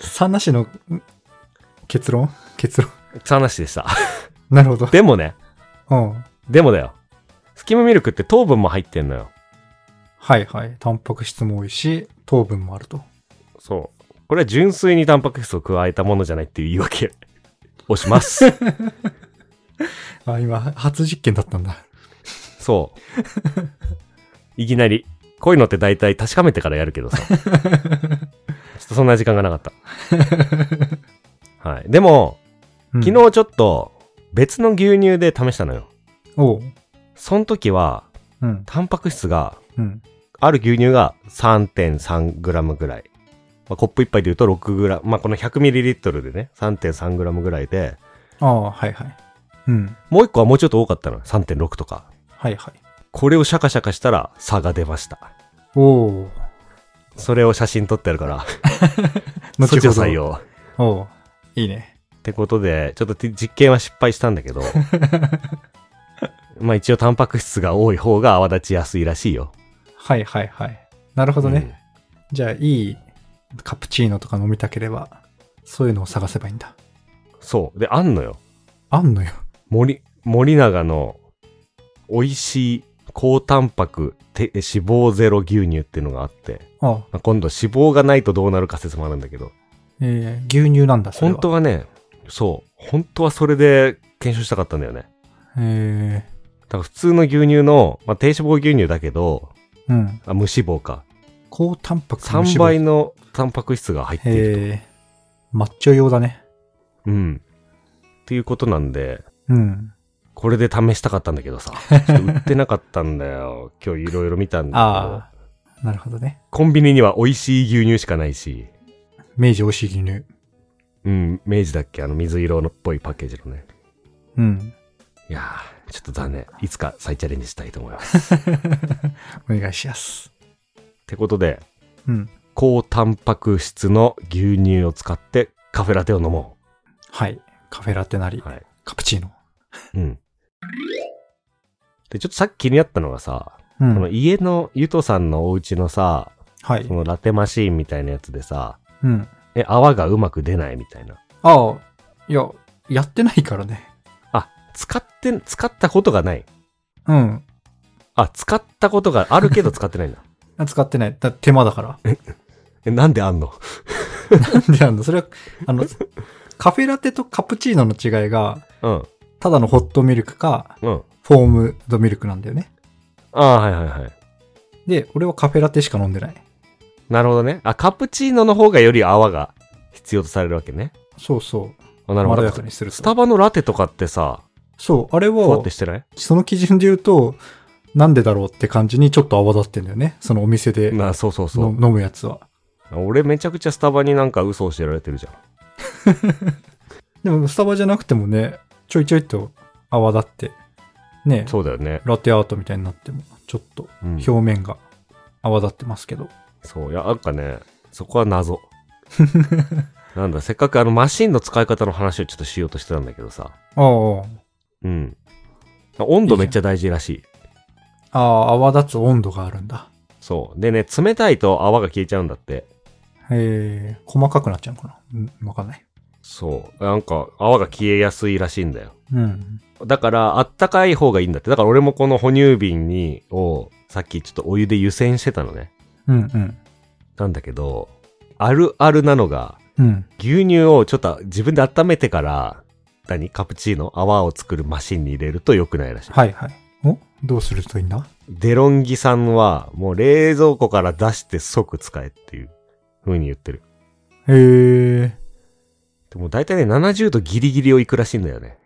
Speaker 2: さなしのん結論結論。
Speaker 1: さあなしでした。
Speaker 2: なるほど。
Speaker 1: でもね、
Speaker 2: うん。
Speaker 1: でもだよ。スキムミルクって糖分も入ってんのよ。
Speaker 2: はいはい。タンパク質も多いし、糖分もあると。
Speaker 1: そう。これは純粋にタンパク質を加えたものじゃないっていう言い訳をします。
Speaker 2: あ、今、初実験だったんだ。
Speaker 1: そう。いきなり。こういうのって大体確かめてからやるけどさ。ちょっとそんな時間がなかった。はい。でも、
Speaker 2: うん
Speaker 1: 昨日ちょっと別の牛乳で試したのよ。
Speaker 2: おう。
Speaker 1: その時は、
Speaker 2: うん。
Speaker 1: タンパク質が、
Speaker 2: うん。
Speaker 1: ある牛乳が 3.3g ぐらい。まあ、コップ一杯で言うと 6g。まあ、この 100ml でね、3.3g ぐらいで、
Speaker 2: ああ、はいはい。うん。
Speaker 1: もう一個はもうちょっと多かったのよ。3.6とか。
Speaker 2: はいはい。
Speaker 1: これをシャカシャカしたら差が出ました。
Speaker 2: おお。
Speaker 1: それを写真撮ってあるから、そ
Speaker 2: 後
Speaker 1: っちを
Speaker 2: ほ
Speaker 1: 採
Speaker 2: ど。
Speaker 1: 用。
Speaker 2: おおういいね。
Speaker 1: ってことで、ちょっとて実験は失敗したん だけど、まあ一応タンパク質が多い方が泡立ちやすいらしいよ。
Speaker 2: はいはいはい。なるほどね。じゃあ、いいカプチーノとか飲みたければ、そういうのを探せばいいん
Speaker 1: う
Speaker 2: だ。
Speaker 1: んそう。で、あんのよ。
Speaker 2: あんのよ。
Speaker 1: 森、森永の美味しい高タンパクて脂肪ゼロ牛乳っていうのがあって、
Speaker 2: ああ。
Speaker 1: まあ、今度脂肪がないとどうなるか説もあるんだけど、
Speaker 2: えー、牛乳なんだ、それ
Speaker 1: 本
Speaker 2: は。
Speaker 1: 当はね、そう、本当はそれで検証したかったんだよね。
Speaker 2: え
Speaker 1: だから普通の牛乳の、まあ、低脂肪牛乳だけど、
Speaker 2: ー、うん。
Speaker 1: あ無脂肪か。
Speaker 2: 高タンパク
Speaker 1: 3倍
Speaker 2: の
Speaker 1: のタンパク質が入っている
Speaker 2: えー、マッチョ用だね。
Speaker 1: と。うん。っていうことなんで、
Speaker 2: うん。
Speaker 1: これで試したかったんだけどさ、ちょっと売ってなかったんだよ。今日いろいろ見たんだ
Speaker 2: ああ。なるほどね
Speaker 1: け。ど、コンビニには美味しい牛乳しかないし、
Speaker 2: 明治美味しい牛乳。
Speaker 1: うん、明治だっけあの水色のっぽいパッケージのね。
Speaker 2: うん。
Speaker 1: いやー、ちょっと残念。いつか再チャレンジしたいと思います。っ
Speaker 2: お願いします。
Speaker 1: てことで、
Speaker 2: うん。
Speaker 1: 高タンパク質の牛乳を使ってカフェラテを飲も
Speaker 2: はい。カフェラテなり
Speaker 1: う。、はい。
Speaker 2: カプチーノ。
Speaker 1: うん。で、ちょっとさっき気になったのがさ、
Speaker 2: う
Speaker 1: この
Speaker 2: ん。
Speaker 1: 家の、ゆとさんのお家のさ、
Speaker 2: はい
Speaker 1: そ。のラテマシーンみたいなやつでさ、
Speaker 2: うん。
Speaker 1: え、泡がうまく出ないみたいな。
Speaker 2: ああ。いや、やってないからね。
Speaker 1: あ、使って、使ったことがない。
Speaker 2: うん。
Speaker 1: あ、使ったことがあるけど使ってないんだ。
Speaker 2: あ使ってない。だ手間だから。
Speaker 1: え、なんであんの
Speaker 2: なんでなんだ。それは、あの、カフェラテとカプチーノの違いが、
Speaker 1: うん、
Speaker 2: ただのホットミルクか、
Speaker 1: うん。
Speaker 2: フォームドミルクなんだよね。
Speaker 1: ああ、はいはいはい。
Speaker 2: で、俺はカフェラテしか飲んでない。
Speaker 1: なるほどね。あ、カプチーノの方がより泡が必要とされるわけね。
Speaker 2: そうそ
Speaker 1: あな
Speaker 2: う。
Speaker 1: る
Speaker 2: ま
Speaker 1: ほ
Speaker 2: ろや
Speaker 1: ど。
Speaker 2: かにすると。
Speaker 1: スタバのラテとかってさ、
Speaker 2: そう、あれ
Speaker 1: ふわ
Speaker 2: は
Speaker 1: って、してない
Speaker 2: その基準で言うと、なんでだろうって感じにちょっと泡立ってんだよね。そのお店で
Speaker 1: なそうそう
Speaker 2: の
Speaker 1: そう。
Speaker 2: 飲むやつは。
Speaker 1: 俺めちゃくちゃスタバになんか嘘を教えられてるじゃん。
Speaker 2: でも、スタバじゃなくてもね、ちょいちょいと泡立って、ね、
Speaker 1: そうだよね。
Speaker 2: ラテアートみたいになっても、ちょっと
Speaker 1: うん、
Speaker 2: 表面が泡立ってますけど。
Speaker 1: そう。いや、なんかね、そこは謎。 なんだ、せっかくあのマシンの使い方の話をちょっとしようとしてたんだけどさ。
Speaker 2: あ
Speaker 1: うん。温度めっちゃ大事らしい。
Speaker 2: あ、ああ、泡立つ温度があるんだ。
Speaker 1: そう。でね、冷たいと泡が消えちゃうんだって。
Speaker 2: えー、細かくなっちゃうのかなうん、わかんない。
Speaker 1: そう。なんか泡が消えやすいらしいんだよ。
Speaker 2: うん。
Speaker 1: だから、あったかい方がいいんだって。だから俺もこの哺乳瓶に、を、さっきちょっとお湯で湯煎してたのね。
Speaker 2: うん、うん。
Speaker 1: なんだけど、あるあるなのが、
Speaker 2: うん。
Speaker 1: 牛乳をちょっと自分で温めてから、何カプチーノ泡を作るマシンに入れると良くないらしい。
Speaker 2: はいはい。おどうするといいんだ
Speaker 1: デロンギさんは、もう冷蔵庫から出して即使えっていう風に言ってる。
Speaker 2: へえー。
Speaker 1: でも大体ね、70度ギリギリをいくらしいんだよね。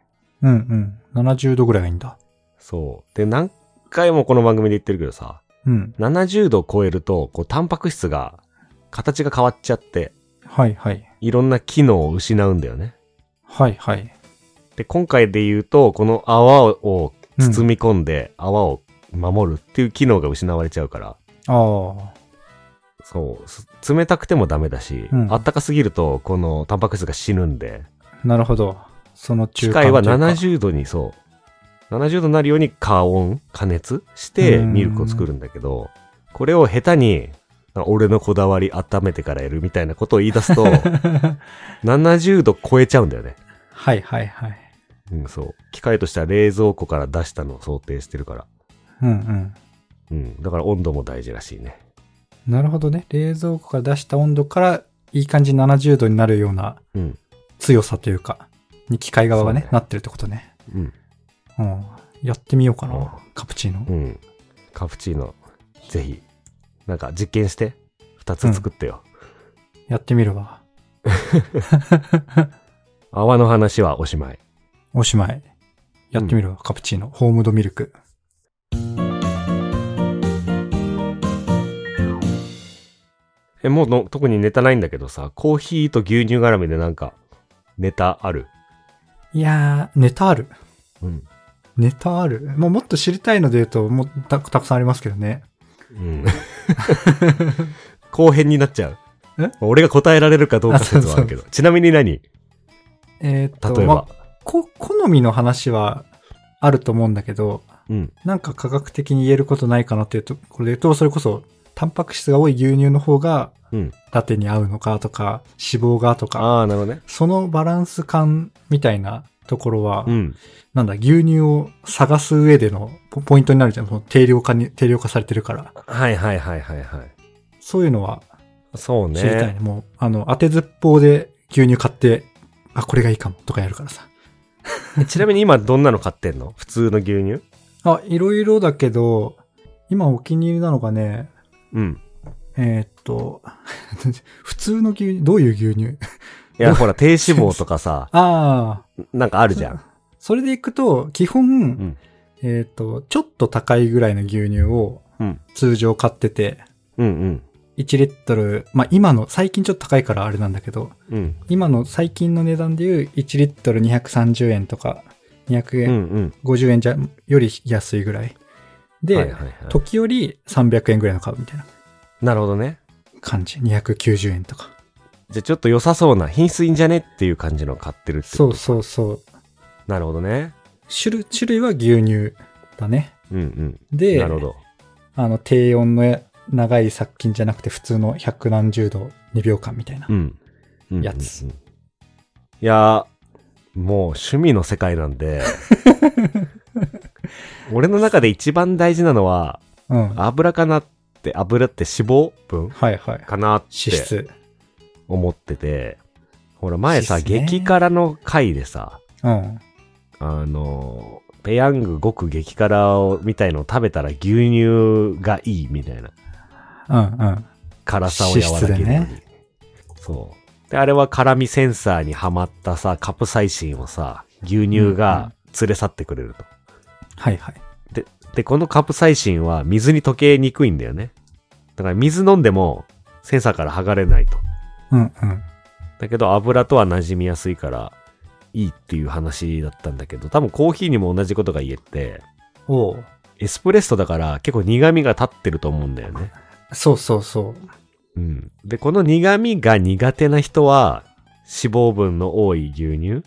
Speaker 2: うんうん。70度ぐらいがいいんだ。
Speaker 1: そう。で、何回もこの番組で言ってるけどさ、
Speaker 2: うん。
Speaker 1: 70度を超えると、こう、タンパク質が、形が変わっちゃって、
Speaker 2: はいはい。
Speaker 1: いろんな機能を失うんだよね。
Speaker 2: はいはい。
Speaker 1: で、今回で言うと、この泡を包み込んで、泡を守るっていう機能が失われちゃうから、
Speaker 2: ああ。
Speaker 1: そうす、冷たくてもダメだし、
Speaker 2: うん
Speaker 1: あったかすぎると、このタンパク質が死ぬんで、
Speaker 2: なるほど。その
Speaker 1: 機
Speaker 2: 中間とい
Speaker 1: 械
Speaker 2: うか
Speaker 1: は70度にそう、70度になるように加温、加熱して
Speaker 2: うん
Speaker 1: ミルクを作るんだけど、これを下手に、あ俺のこだわり温めてからやるみたいなことを言い出 すと、70度超えちゃうんだよね。
Speaker 2: はいはいはい。
Speaker 1: うん、そう。機械としては冷蔵庫から出したのを想定してるから。
Speaker 2: うんうん。
Speaker 1: うん。だから温度も大事らしいね。
Speaker 2: なるほどね。冷蔵庫から出した温度からいい感じに70度になるような
Speaker 1: うん。
Speaker 2: 強さというか、に機械側がね、
Speaker 1: そうね
Speaker 2: なってるってことね。
Speaker 1: うん。
Speaker 2: うん。やってみようか
Speaker 1: う
Speaker 2: な。カプチーノ
Speaker 1: う。ん。カプチーノ、ぜひ、なんか実験して、二つ作ってよ。
Speaker 2: やってみるわ。
Speaker 1: 泡の話はおしまい。
Speaker 2: おしまい。やってみるわ。カプチーノ。ホームドミルク。
Speaker 1: え、もうの特にネタないんだけどさ、コーヒーと牛乳絡みでなんか、ネタある。
Speaker 2: いやー、ネタある。
Speaker 1: うん。
Speaker 2: ネタある。もうもっと知りたいので言うと、もうたたくさんありますけどね。
Speaker 1: うん。後編になっちゃう。
Speaker 2: え
Speaker 1: 俺が答えられるかどうか説はあるけど。ちなみに何
Speaker 2: えーっと、
Speaker 1: 例えば
Speaker 2: ま。あこ、好みの話はあると思うんだけど、
Speaker 1: うん。
Speaker 2: なんか科学的に言えることないかなっていうと、これで言うと、それこそ、タンパク質が多い牛乳の方が、
Speaker 1: うん。
Speaker 2: 縦に合うのかとか、脂肪がとか、
Speaker 1: ああ、なるほどね。
Speaker 2: そのバランス感みたいなところは、
Speaker 1: うん。
Speaker 2: なんだ、牛乳を探す上でのポポイントになるじゃん。その定量化に、定量化されてるから。
Speaker 1: はいはいはいはいはい。
Speaker 2: そういうのは
Speaker 1: そうね。
Speaker 2: 知りたいね。もう、あの、当てずっぽうで牛乳買って、あ、これがいいかもとかやるからさ。
Speaker 1: え ちなみに今どんなの買ってんの普通の牛乳
Speaker 2: あ、いろいろだけど、今お気に入りなのがね、
Speaker 1: うん。
Speaker 2: えーっと、 普通の牛乳、どういう牛乳
Speaker 1: いや、ほら、低脂肪とかさ、
Speaker 2: ああ、
Speaker 1: なんかあるじゃん。
Speaker 2: それでいくと、基本、
Speaker 1: ん
Speaker 2: えーっと、ちょっと高いぐらいの牛乳を
Speaker 1: うん
Speaker 2: 通常買ってて、
Speaker 1: うん
Speaker 2: 1リットル、まあ今の、最近ちょっと高いからあれなんだけど、
Speaker 1: うん。うん。
Speaker 2: 今の最近の値段でいう1リットル230円とか、200
Speaker 1: うん
Speaker 2: 円、
Speaker 1: うん。
Speaker 2: 50円じゃ、より安いぐらい。で、
Speaker 1: はいはいはい、
Speaker 2: 時折300円ぐらいの買うみたいな
Speaker 1: なるほどね。
Speaker 2: 感じ。290円とか。
Speaker 1: じゃあちょっと良さそうな、品質いいんじゃねっていう感じの買ってるって
Speaker 2: そう
Speaker 1: う。
Speaker 2: そうそう。
Speaker 1: なるほどね。
Speaker 2: 種類、種類は牛乳だね。
Speaker 1: うんうん。
Speaker 2: で
Speaker 1: な、るほど。
Speaker 2: あの、低温の長い殺菌じゃなくて普通の百何十度2秒間みたいな。
Speaker 1: うん。うん
Speaker 2: やつ
Speaker 1: うんうんいやー、もう趣味の世界なん で、俺の中で一番大事なのは、
Speaker 2: うん。はい
Speaker 1: 油かなって、油って脂肪分
Speaker 2: はい。脂
Speaker 1: かなって
Speaker 2: 質。
Speaker 1: 思ってて、ほら前さ、
Speaker 2: 脂質ね
Speaker 1: 激辛の回でさ、
Speaker 2: うん。
Speaker 1: あのー、ペヤング極激辛をみたいのを食べたら牛乳がいいみたいな
Speaker 2: うんうん。
Speaker 1: 辛さを和らげるのに、
Speaker 2: 脂
Speaker 1: そう。で、あれは辛味センサーにはまったさ、カプサイシンをさ、牛乳が連れ去ってくれると。
Speaker 2: はいはい。
Speaker 1: で、このカプサイシンは水に溶けにくいんだよね。だから水飲んでもセンサーから剥がれないと。
Speaker 2: うんうん。
Speaker 1: だけど油とは馴染みやすいからいいっていう話だったんだけど、多分コーヒーにも同じことが言えて、
Speaker 2: おう
Speaker 1: エスプレッソだから結構苦味が立ってると思うんだよね。
Speaker 2: そうそうそ
Speaker 1: う
Speaker 2: う。
Speaker 1: ん。で、この苦味が苦手な人は脂肪分の多い牛乳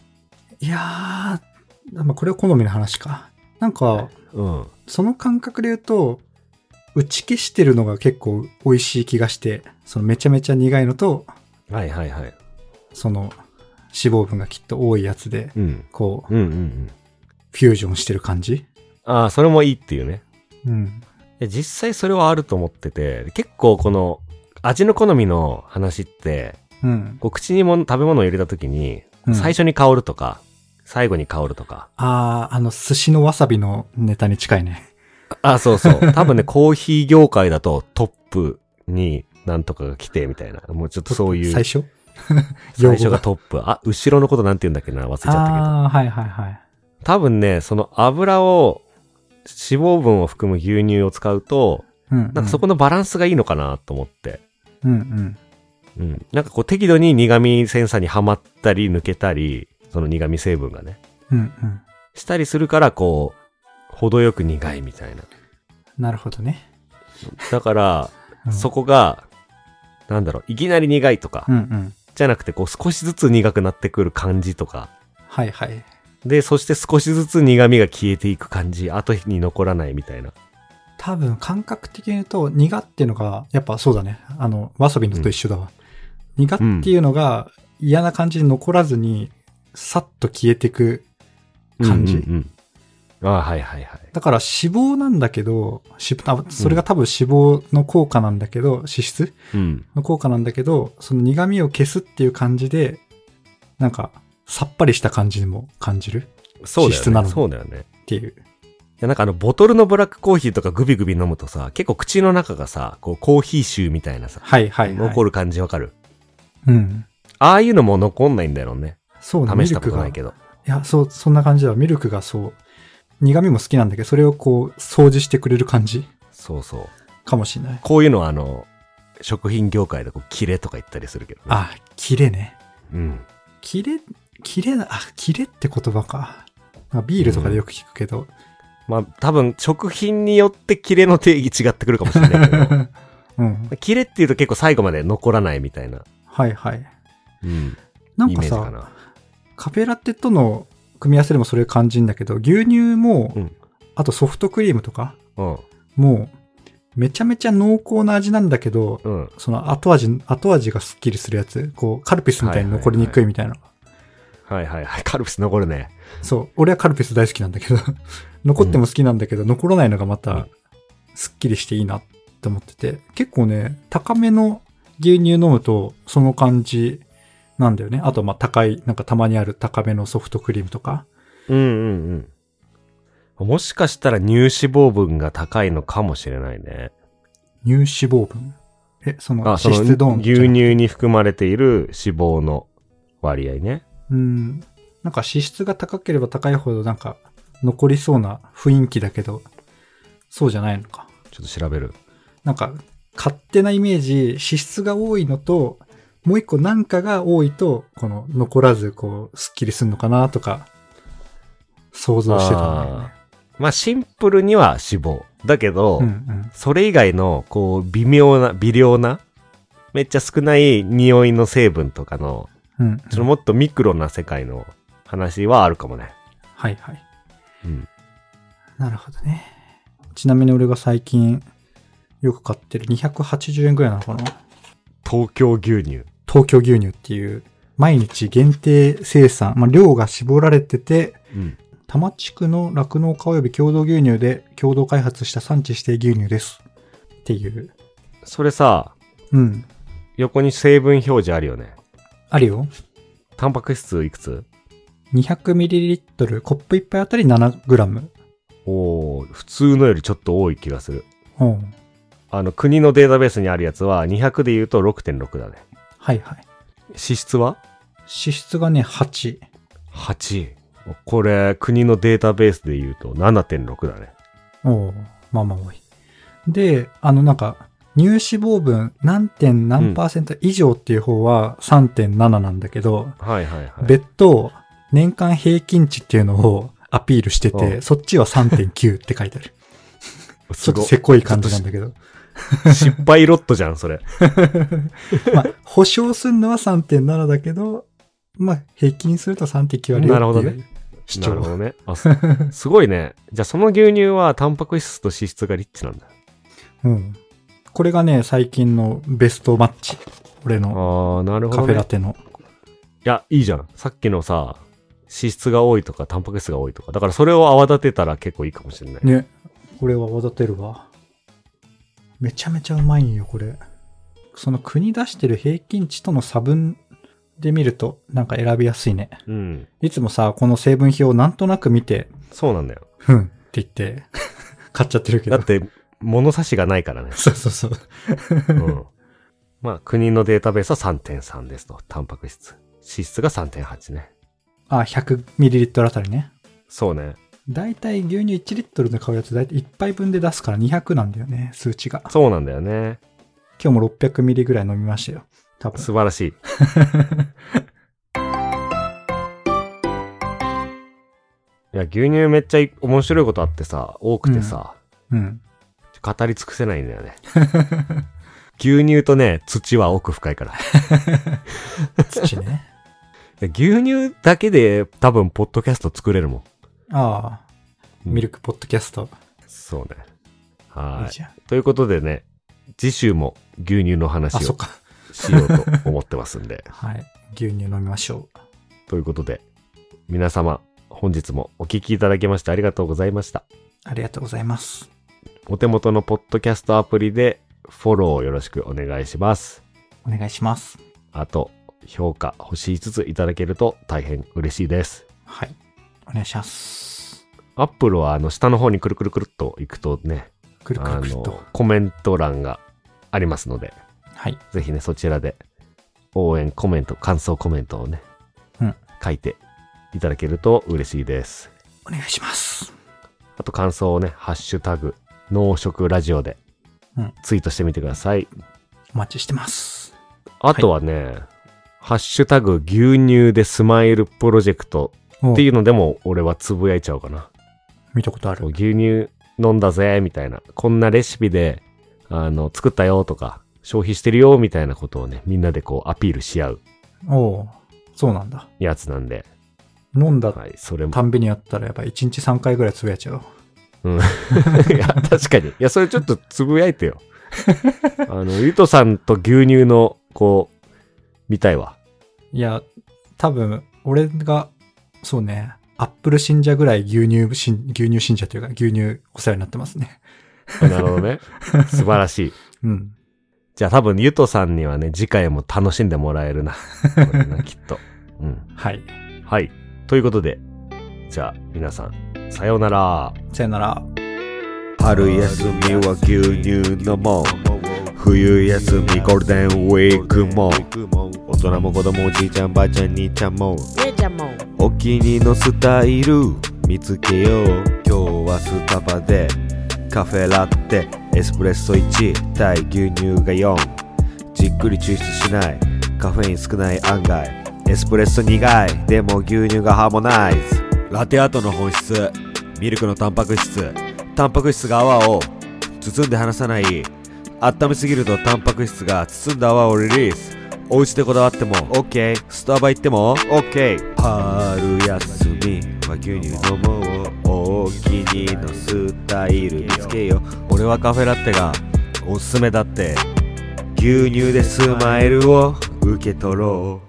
Speaker 2: いやー、まあ、これは好みの話か。なんか、
Speaker 1: うん。
Speaker 2: その感覚で言うと、打ち消してるのが結構美味しい気がして、そのめちゃめちゃ苦いのと、
Speaker 1: はいはいはい。
Speaker 2: その脂肪分がきっと多いやつで、
Speaker 1: うん。
Speaker 2: こう、
Speaker 1: うんうんうん。
Speaker 2: フュージョンしてる感じ
Speaker 1: ああ、それもいいっていうね。
Speaker 2: うん。
Speaker 1: いや実際それはあると思ってて、結構この味の好みの話って、
Speaker 2: うん。
Speaker 1: こう口にも食べ物を入れた時に、
Speaker 2: うん
Speaker 1: 最初に香るとか、最後に香るとか、
Speaker 2: あー、あの、寿司のわさびのネタに近いね。
Speaker 1: あ、そう そう。多分ね、コーヒー業界だとトップになんとかが来てみたいな。もうちょっとそういう。
Speaker 2: 最初用
Speaker 1: 最
Speaker 2: 語
Speaker 1: 初がトップ。あ、後ろのことなんて言うんだっけな忘れちゃったけど。
Speaker 2: あー、はいはいはい。
Speaker 1: 多分ね、その油を、脂肪分を含む牛乳を使うと、
Speaker 2: うん、
Speaker 1: なんかそこのバランスがいいのかなと思って。
Speaker 2: うんうん。
Speaker 1: うん。なんかこう適度に苦味センサーにはまったり抜けたり、その苦味成分がね、
Speaker 2: うんうん。
Speaker 1: したりするからこう、程よく苦いみたいな。
Speaker 2: なるほどね。
Speaker 1: だから、
Speaker 2: うん、
Speaker 1: そこが、なんだろう、いきなり苦いとか
Speaker 2: う、んうん。
Speaker 1: じゃなくて、こう少しずつ苦くなってくる感じとか、
Speaker 2: はいはい。
Speaker 1: で、そして少しずつ苦味が消えていく感じ、後に残らないみたいな。
Speaker 2: 多分感覚的に言うと苦っていうのがやっぱそうだねあのわさびのと一緒だわ、苦っていうのが嫌な感じに残らずにさっと消えてく感
Speaker 1: う
Speaker 2: じ、
Speaker 1: んうんうんああ、はいはいはい。
Speaker 2: だから脂肪なんだけど脂肪あそれが多分脂肪の効果なんだけど、脂質
Speaker 1: うん。
Speaker 2: の効果なんだけどその苦味を消すっていう感じでなんかさっぱりした感じにも感じる
Speaker 1: そうだ
Speaker 2: 脂質な
Speaker 1: よ
Speaker 2: の
Speaker 1: ね。そうだよね。
Speaker 2: っていう
Speaker 1: いやなんかあの、ボトルのブラックコーヒーとかグビグビ飲むとさ、結構口の中がさ、こう、コーヒー臭みたいなさ、
Speaker 2: はいはい、はい、
Speaker 1: 残る感じわかる
Speaker 2: うん
Speaker 1: ああいうのも残んないんだろうね。
Speaker 2: そうね
Speaker 1: 試したこと
Speaker 2: ミルクが
Speaker 1: ないけど。
Speaker 2: いや、そう、そんな感じだわ。ミルクがそう、苦味も好きなんだけど、それをこう、掃除してくれる感じ
Speaker 1: そうそう。
Speaker 2: かもしれない。
Speaker 1: こういうのはあの、食品業界でこう、キレとか言ったりするけどね。
Speaker 2: あ、キレね。
Speaker 1: うん。
Speaker 2: キレ、キレな、あ、キレって言葉か。なんかビールとかでよく聞くけど。
Speaker 1: まあ、多分、食品によってキレの定義違ってくるかもしれないけ ど、
Speaker 2: うん。
Speaker 1: キレっていうと結構最後まで残らないみたいな、
Speaker 2: はいはい。
Speaker 1: うん、
Speaker 2: なん
Speaker 1: イ
Speaker 2: か
Speaker 1: メージ
Speaker 2: さ、
Speaker 1: かな。
Speaker 2: カフェラテとの組み合わせでもそれ感じんだけど、牛乳も、
Speaker 1: うん
Speaker 2: あとソフトクリームとか、
Speaker 1: うん。
Speaker 2: もう、めちゃめちゃ濃厚な味なんだけど、
Speaker 1: うん。
Speaker 2: その後味、後味がスッキリするやつ、こう、カルピスみたいに残りにくいみたいな。
Speaker 1: はいはいはい。カルピス残るね。
Speaker 2: そう、俺はカルピス大好きなんだけど、 残っても好きなんだけど、残らないのがまた、スッキリしていいなって思ってて、結構ね、高めの牛乳飲むと、その感じなんだよね。あと、まあ、高い、なんかたまにある高めのソフトクリームとか。
Speaker 1: うんうんうん。もしかしたら乳脂肪分が高いのかもしれないね。
Speaker 2: 乳脂肪分。え、その
Speaker 1: あ、
Speaker 2: 脂
Speaker 1: その
Speaker 2: 質ドーン
Speaker 1: 牛乳に含まれている脂肪の割合ね。
Speaker 2: うん。なんか脂質が高ければ高いほどなんか残りそうな雰囲気だけど、そうじゃないのか。
Speaker 1: ちょっと調べる。
Speaker 2: なんか勝手なイメージ、脂質が多いのと、もう一個なんかが多いと、この残らずこう、スッキリするのかなとか、想像してたんだよね。
Speaker 1: まあシンプルには脂肪。だけど、
Speaker 2: うんうん。
Speaker 1: それ以外のこう微妙な、微量な、めっちゃ少ない匂いの成分とかの、
Speaker 2: うん、うん。
Speaker 1: そのもっとミクロな世界の話はあるかもね。
Speaker 2: はいはい。
Speaker 1: うん。
Speaker 2: なるほどね。ちなみに俺が最近よく買ってる280円ぐらいなのかな
Speaker 1: 東京牛乳。
Speaker 2: 東京牛乳っていう、毎日限定生産、まあ、量が絞られてて、
Speaker 1: うん。
Speaker 2: 多摩地区の酪農家及び共同牛乳で共同開発した産地指定牛乳です。っていう。
Speaker 1: それさ、
Speaker 2: うん。
Speaker 1: 横に成分表示あるよね。
Speaker 2: あるよ。
Speaker 1: タンパク質いくつ
Speaker 2: 200ml、コップ1杯あたり 7g。
Speaker 1: おー普通のよりちょっと多い気がする。
Speaker 2: うん。
Speaker 1: あの、国のデータベースにあるやつは200で言うと6.6だね。
Speaker 2: はいはい。
Speaker 1: 脂質は
Speaker 2: 脂質がね、8。
Speaker 1: ?8。これ、国のデータベースで言うと7.6だね。
Speaker 2: おおまあまあ多い。で、あのなんか、乳脂肪分何点何パーセント以上っていう方は3.7なんだけど、
Speaker 1: はいはいはい。
Speaker 2: 別途、年間平均値っていうのをアピールして
Speaker 1: う
Speaker 2: て、そっちは3.9って書いてある。ち
Speaker 1: す
Speaker 2: ょっと
Speaker 1: ごい
Speaker 2: せこい感じなんだけど。
Speaker 1: 失敗ロットじゃん、それ。
Speaker 2: まあ、保証するのは3.7だけど、まあ、平均すると3.9割
Speaker 1: なるほどね
Speaker 2: 主
Speaker 1: なるほど
Speaker 2: 張。
Speaker 1: ね。あす すごいね。じゃあその牛乳はタンパク質と脂質がリッチなんだ。
Speaker 2: うん。これがね、最近のベストマッチ。俺
Speaker 1: あ
Speaker 2: の
Speaker 1: ー、なるほ
Speaker 2: カ
Speaker 1: ど、ね。
Speaker 2: フェラ
Speaker 1: い
Speaker 2: テの。
Speaker 1: や、いいじゃん。さっきのさ、脂質が多いとか、タンパク質が多いとか。だからそれを泡立てたら結構いいかもしれない。
Speaker 2: ね。これは泡立てるわ。めちゃめちゃうまいんよ、これ。その国出してる平均値との差分で見ると、なんか選びやすいね。
Speaker 1: うん。
Speaker 2: いつもさ、この成分表をなんとなく見て、
Speaker 1: そうなんだよ。
Speaker 2: ふんって言って、 買っちゃってるけ
Speaker 1: だ
Speaker 2: ど。。
Speaker 1: って、物差しがないからね
Speaker 2: そうそうそう。
Speaker 1: うん。まあ、国のデータベースは3.3ですと。タンパク質。脂質が3.8ね。
Speaker 2: あ、100ml あたりね。
Speaker 1: そうね。
Speaker 2: だいたい牛乳1リットルで買うやつ、だいたい1杯分で出すから200なんだよね、数値が。
Speaker 1: そうなんだよね。
Speaker 2: 今日も 600ml ぐらい飲みましたよ。多分。
Speaker 1: 素晴ら しい。いや、牛乳めっちゃい面白いことあってさ、多くてさ、
Speaker 2: うん。
Speaker 1: 語り尽くせないんだよね。牛乳とね、土は奥深い から。
Speaker 2: 土ね。
Speaker 1: 牛乳だけで多分、ポッドキャスト作れるもん。
Speaker 2: ああ、
Speaker 1: うん
Speaker 2: ミルクポッドキャスト。
Speaker 1: そうね。
Speaker 2: い
Speaker 1: はい
Speaker 2: じゃん。
Speaker 1: い。ということでね、次週も牛乳の話
Speaker 2: あ、
Speaker 1: を
Speaker 2: そっか。
Speaker 1: しようと思ってますんで。
Speaker 2: はい。牛乳飲みましょう。
Speaker 1: ということで、皆様、本日もお聞きいただきましてありがとうございました。
Speaker 2: ありがとうございます。
Speaker 1: お手元のポッドキャストアプリでフォローをよろしくお願いします。
Speaker 2: お願いします。
Speaker 1: あと、評価、星5ついただけると大変嬉しいです。
Speaker 2: はい。お願いします。
Speaker 1: アップルはあの下の方にくるくるくるっと行くとね、
Speaker 2: くるく
Speaker 1: あ
Speaker 2: るくるっ
Speaker 1: の
Speaker 2: と。
Speaker 1: コメント欄がありますので、
Speaker 2: はい。
Speaker 1: ぜひね、そちらで応援コメント、感想コメントをね、
Speaker 2: うん
Speaker 1: 書いていただけると嬉しいです。
Speaker 2: お願いします。
Speaker 1: あと感想をね、ハッシュタグ、農食ラジオで
Speaker 2: うん
Speaker 1: ツイートしてみてください。
Speaker 2: お待ちしてます。
Speaker 1: あとはね、ハッシュタグ牛乳でスマイルプロジェクト
Speaker 2: お
Speaker 1: っていうのでも俺はつぶやいちゃうかな。
Speaker 2: 見たことあ
Speaker 1: こう
Speaker 2: る。
Speaker 1: 牛乳飲んだぜみたいな。こんなレシピであの作ったよとか消費してるよみたいなことをね、みんなでこうアピールし合う
Speaker 2: おおうそうなんだ。
Speaker 1: やつなんで。
Speaker 2: 飲んだ
Speaker 1: はい、それも。
Speaker 2: たんびにやったらやっぱ1日3回ぐらいつぶやいちゃう。
Speaker 1: うん、いや確かに。いや、それちょっとつぶやいてよ。あの、ゆとさんと牛乳の、こう、見たいわ。
Speaker 2: いや、多分、俺が、そうね、アップル信者ぐらい牛乳信、牛乳信者というか、牛乳お世話になってますね。
Speaker 1: なるほどね。素晴らしい。
Speaker 2: うん。
Speaker 1: じゃあ多分、ゆとさんにはね、次回も楽しんでもらえるな。これな、きっと。うん。
Speaker 2: はい。
Speaker 1: はい。ということで、じゃあ、皆さん、さようなら。
Speaker 2: さよなら。
Speaker 3: 春休みは牛乳飲もう冬休みゴールデンウィークも大人も子供おじいちゃんばあちゃん兄ちゃんも
Speaker 4: 姉ちゃんも
Speaker 3: お気に入りのスタイル見つけよう今日はスタバでカフェラテエスプレッソ1対牛乳が4じっくり抽出しないカフェイン少ない案外エスプレッソ苦いでも牛乳がハーモナイズラテアートの本質ミルクのタンパク質タンパク質が泡を包んで離さない温めすぎるとタンパク質が包んだ泡をリリースお家でこだわっても OK スタバ行っても OK 春休みは牛乳飲もうお気に入りのスタイル見つけよう俺はカフェラテがおすすめだって牛乳でスマイルを受け取ろう